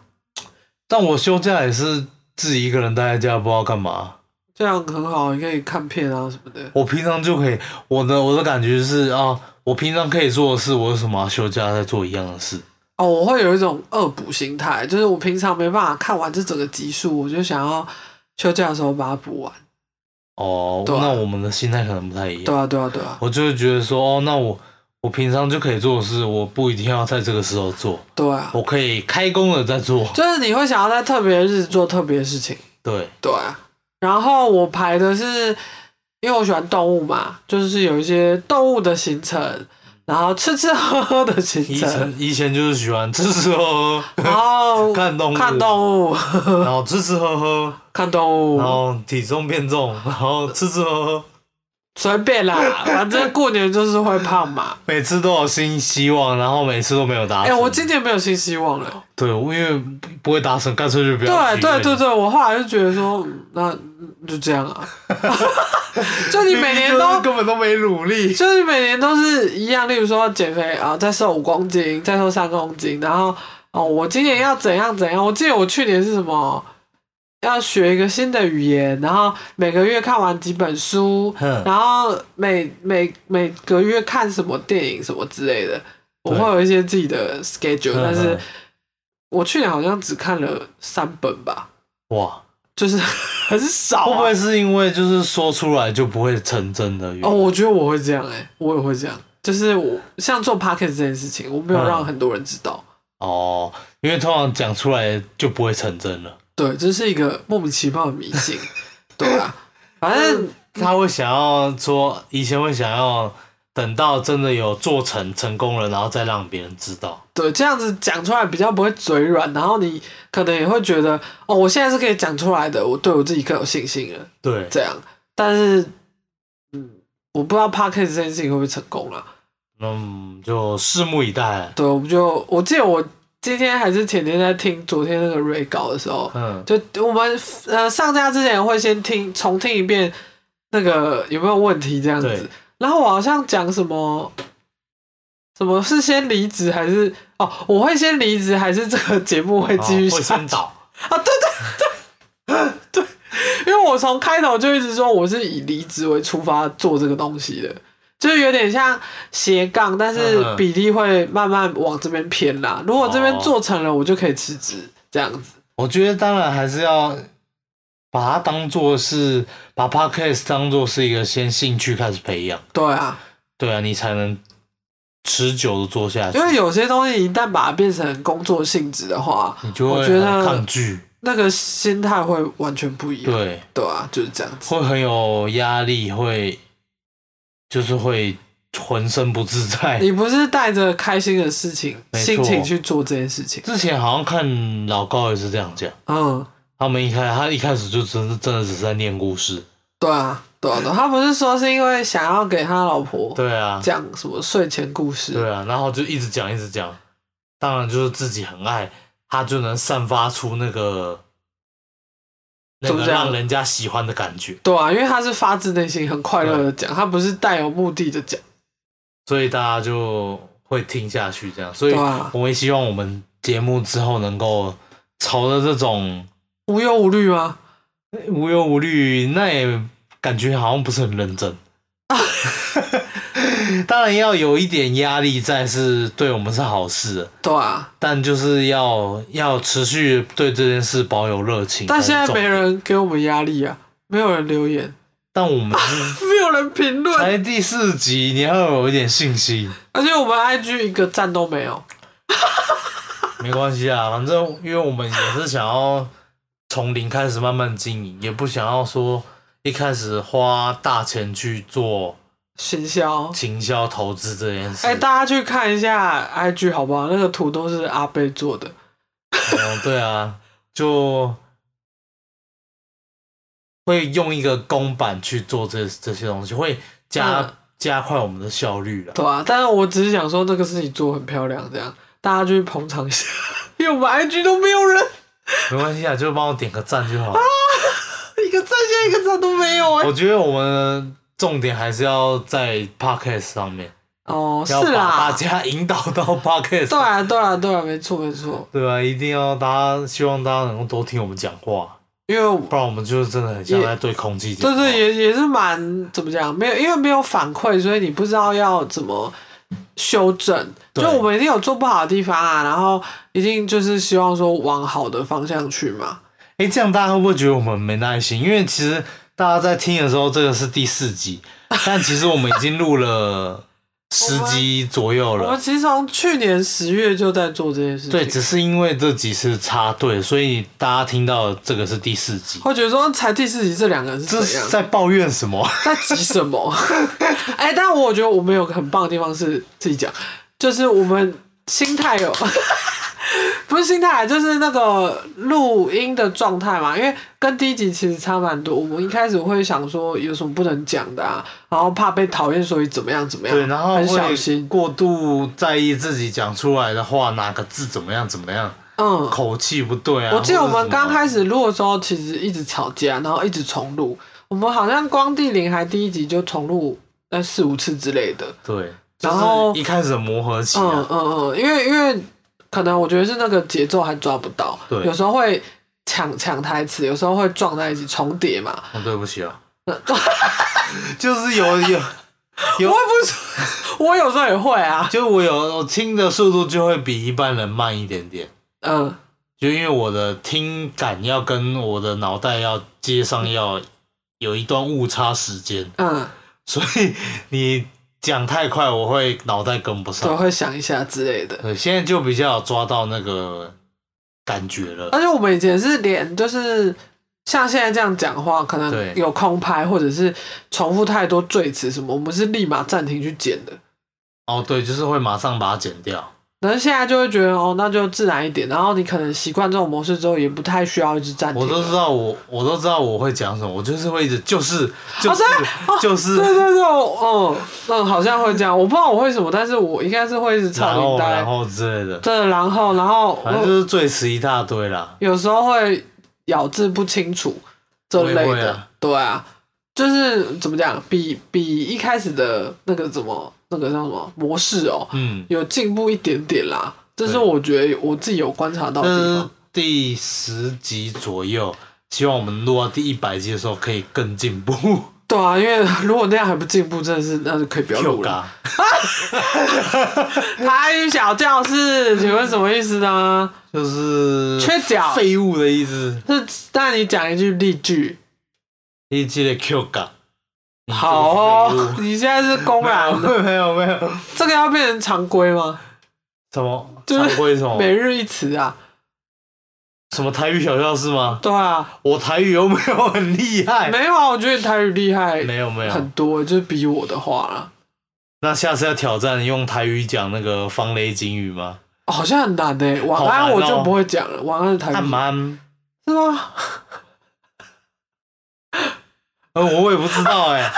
但我休假也是自己一个人待在家，不知道干嘛。这样很好，你可以看片啊什么的。我平常就可以，我的我的感觉是啊，我平常可以做的事，我为什么要休假在做一样的事？哦，我会有一种恶补心态，就是我平常没办法看完这整个集数，我就想要休假的时候把它补完。哦，对啊那我们的心态可能不太一对样。啊，对啊，对啊，我就会觉得说，哦，那我我平常就可以做的事，我不一定要在这个时候做，对啊，我可以开工了 再做。就是你会想要在特别的日子做特别的事情。对，对啊，然后我排的是，因为我喜欢动物嘛，就是有一些动物的行程，然后吃吃喝喝的行以程，前以前就是喜欢吃 吃喝然喝，后看动物哦看动物，然后吃吃喝喝，看动然物，后体重 变重，然后吃吃喝喝，随便 啦，反正过年就是会胖嘛。每次都有新希望，然后每次都没有达哎、成。我今年没有新希望了。对，我因为不会达成，干脆就不对要许对愿对对，我后来就觉得说，嗯那嗯就这样啊， 就你每年明明就都是根本都没努 力。就是每年都是一样，例如说减肥啊，再瘦五公斤，再瘦三公斤，然后哦，我今年要怎样怎样？我记得我去年是什么，要学一个新的语言，然后每个月看完几本书，哼然后每每每个月看什么电影什么之类的，我对会有一些自己的 schedule，嗯但是嗯我去年好像只看了三本吧，哇，就是 很少、会啊，不会是因为就是说出来就不会成真的原因？哦，我觉得我会这样哎、我也会这样，就是我像做 podcast 这件事情，我没有嗯让很多人知道，哦，因为通常讲出来就不会成真了。对，这是一个莫名其妙的迷信，对啊，反正他会想要说，以前会想要等到真的有做成成功了，然后再让别人知道。对这样子讲出来比较不会嘴软，然后你可能也会觉得哦，我现在是可以讲出来的，我对我自己更有信心了，对，这样，但是嗯，我不知道 podcast 这件事情会不会成功了，嗯，就拭目以待。对，我们就我记得我今天还是前天在听昨天那个 Ray 稿的时候，嗯，就我们呃上架之前会先听重听一遍那个有没有问题这样子对，然后我好像讲什么什么是先离职还是哦我会先离职还是这个节目会继续哦会下先去、倒。啊？对对对对，因为我从开头就一直说我是以离职为出发做这个东西的。就是有点像斜杠，但是嗯嗯比例会慢慢往这边偏啦。如果这边哦做成了，我就可以辞职这样子。我觉得当然还是要把它当做是把 podcast 当做是一个先兴趣开始培养，对啊，对啊，你才能持久的做下去因。为有些东西一旦把它变成工作性质的话，你就会我觉很得抗拒，那个心态会完全不一样。对，对啊，就是这样子。会很有压力，会就是会浑身不自在。你不是带着开心的事情没错心情去做这件事情，之前好像看老高也是这样讲，嗯，他们一开他一开始就真的真的只是在念故事，对啊，对啊，对啊他不是说是因为想要给他老婆对啊，讲什么睡前故事，对啊，然后就一直讲一直讲，当然就是自己很爱，他就能散发出那个那怎么个讲让人家喜欢的感觉，对啊，因为他是发自内心很快乐的讲，他不是带有目的的讲，所以大家就会听下去这样。所以对啊，我也希望我们节目之后能够朝着这种无忧无虑吗？无忧无虑，那也感觉好像不是很 认真。当然要有一点压力在，是对我们是好事的对啊，但就是要要持续对这件事保有热情。但现在很重没人给我们压力啊，没有人留言， 但我们没有人评论，才第四集，你要有一点信心。而且我们 IG 一个赞都没有。没关系啊，反正因为我们也是想要从零开始慢慢经营，也不想要说一开始花大钱去做行销，行销投资这哎件事。哎、大家去看一下 IG 好不好？那个图都是阿贝做的，嗯哦，对啊，就会用一个公版去做这这些东西，会加、嗯加快我们的效率了。对啊，但是我只是想说这个事情做得很漂亮，这样大家就去捧场一下， 因为我们 IG 都没有人， 没关系啊，就帮我点个赞啊就好。一个赞现在一个赞都没有哎、我觉得我们重点还是要在 podcast 上面，哦，是要把大啦，家引导到 podcast，对啊，对啊，对啊，没错没错，对啊吧？一定要大家希望大家能够多听我们讲话，因为我不然我们就真的很像也在对空气讲对话。对也也是蛮怎么讲，没有因为没有反馈，所以你不知道要怎么修正。对就我们一定有做不好的地方啊，然后一定就是希望说往好的方向去嘛。哎，这样大家会不会觉得我们没耐心？因为其实大家在听的时候，这个是第四 集，但其实我们已经录了十集左右我们了。其实从去年十月就在做这件事情，对，只是因为这集是插队，所以大家听到这个是第四集。会觉得说才第四集这两个人是这怎是样在抱怨什么？在急什么？ 哎、但我觉得我们有个很棒的地方是自己讲，就是我们心态有， 不是心态，就是那个录音的状态嘛。因为跟第一集其实差蛮多，我们一开始会想说有什么不能讲的啊，然后怕被讨厌，所以怎么样怎么样，对，然后很小会心，过度在意自己讲出来的话，哪个字怎么样怎么样，嗯。口气不对啊。我记得我们刚始开始录的时候，其实一直吵架，然后一直重录。我们好像光第零还第一集就重录那四五次之类的。对，然后就是一开始的磨合期嗯啊，嗯嗯，因为因为可能我觉得是那个节奏还抓不到，对有时候会抢抢台词，有时候会撞在一起重叠嘛。哦对不起啊 嗯， 就是有 有我有也不是， 我有时候也会啊。就我有我听的速度就会比一般人慢一点点，嗯，就因为我的听感要跟我的脑袋要接上，要有一段误差时间，嗯，所以你讲太快，我会脑袋跟不对，上。会想一下之类的。对，现在就比较有抓到那个感觉了。而且我们以前是连就是像现在这样讲话，可对能有空拍或者是重复太多赘词什么，我们是立马暂停去剪的。哦，对，就是会马上把它剪掉。可是现在就会觉得哦，那就自然一点。然后你可能习惯这种模式之后，也不太需要一直暂停我了。都知道我，我都知道我会讲什么，我就是会一直就是就哦是、就是，对对对，我嗯嗯，好像会这样，我不知道我会什么，但是我应该是会一直然唱后领带然，后之类的，对，然后然后反正我就是最词一大堆啦。有时候会咬字不清楚这类我也会的，啊对啊，就是怎么讲，比比一开始的那个怎么那个叫什么模式哦，嗯，有进步一点点啦，这是对嗯我觉得我自己有观察到这的地是方。第十集左右，希望我们录到第一百集的时候可以更进步。对啊，因为如果那样还不进步，真的是那就可以不要录了。嘎，台语小教室，请问什么意思呢？就是缺角废物的意思。是，那你讲一句例句。一集的 Q 嘎，你这个好哦 废，物。你现在是公然的，没有没有没有， 这个要变成常规吗？什么就是常规什么每日一词啊，什么台语小教室吗？对啊，我台语有没有很厉害？没有啊，我觉得你台语厉害没有没有很，多，就是比我的话啊啦，那下次要挑战用台语讲那个防雷警语吗？哦好像很难诶。晚好难安哦我就不会讲了，晚安的台按语蛮，是吗？呃，我也不知道 哎。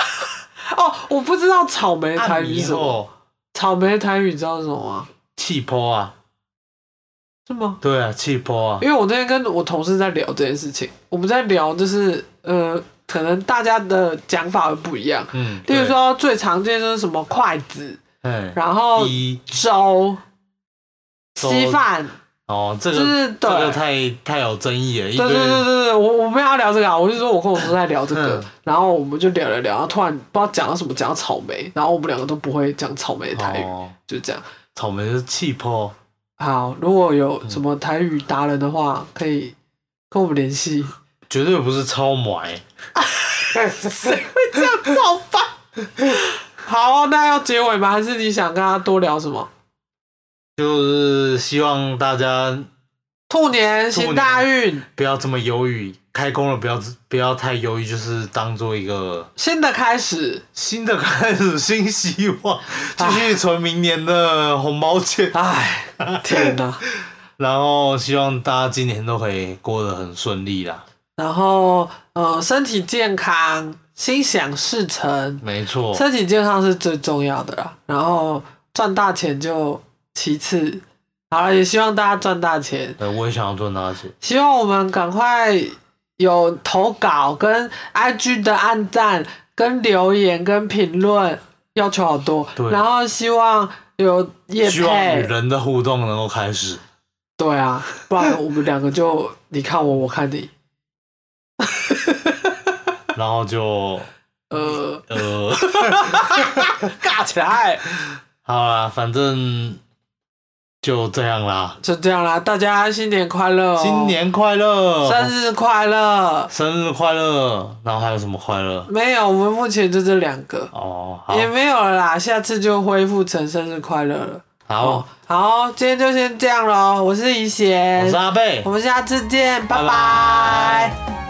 哦，我不知道草莓台按语迷是什么，后草莓台语你知道是什么吗？气泡啊，是吗？对啊，气泡啊。因为我那天跟我同事在聊这件事情，我们在聊就是呃，可能大家的讲法会不一样，嗯，例对如，说最常见就是什么筷子，哎，然后一粥、粥稀饭，哦，这就个是这对个太太有争议了，一对对对对堆对，我我们要聊这个啊，我就说我跟我同事在聊这个嗯，然后我们就聊聊聊，然后突然不知道讲到什么，讲到草莓，然后我们两个都不会讲草莓的台语，哦，就这样。草莓是气泡，好，如果有什么台语达人的话，可以跟我们联系。绝对不是超买。谁会这样造反？好，那要结尾吗？还是你想跟他多聊什么？就是希望大家兔年兔行年大运，不要这么忧郁，开工了不要不要太忧郁，就是当做一个新的开始。新的开始，新希望，继续存明年的红包钱。唉，天哪！然后希望大家今年都可以过得很顺利啦。然后呃，身体健康，心想事成，没错，身体健康是最重要的啦。然后赚大钱就其次。好了，也希望大家赚大钱，对，我也想要赚大钱。希望我们赶快有投稿、跟 IG 的按赞、跟留言、跟评论，要求好多对。然后希望有业希望与配，人的互动能够开始。对啊，不然我们两个就你看我，我看你，然后就呃，呃， 尬起来。好啦，反正就这样啦。就这样啦，大家新年快乐、哦！新年快乐，生日快乐！生日快乐，然后还有什么快乐？没有，我们目前就这两个，哦，也没有了啦，下次就恢复成生日快乐了。好，好，，哦好，今天就先这样喽。我是怡我贤是，阿贝我，们下次见，拜拜拜拜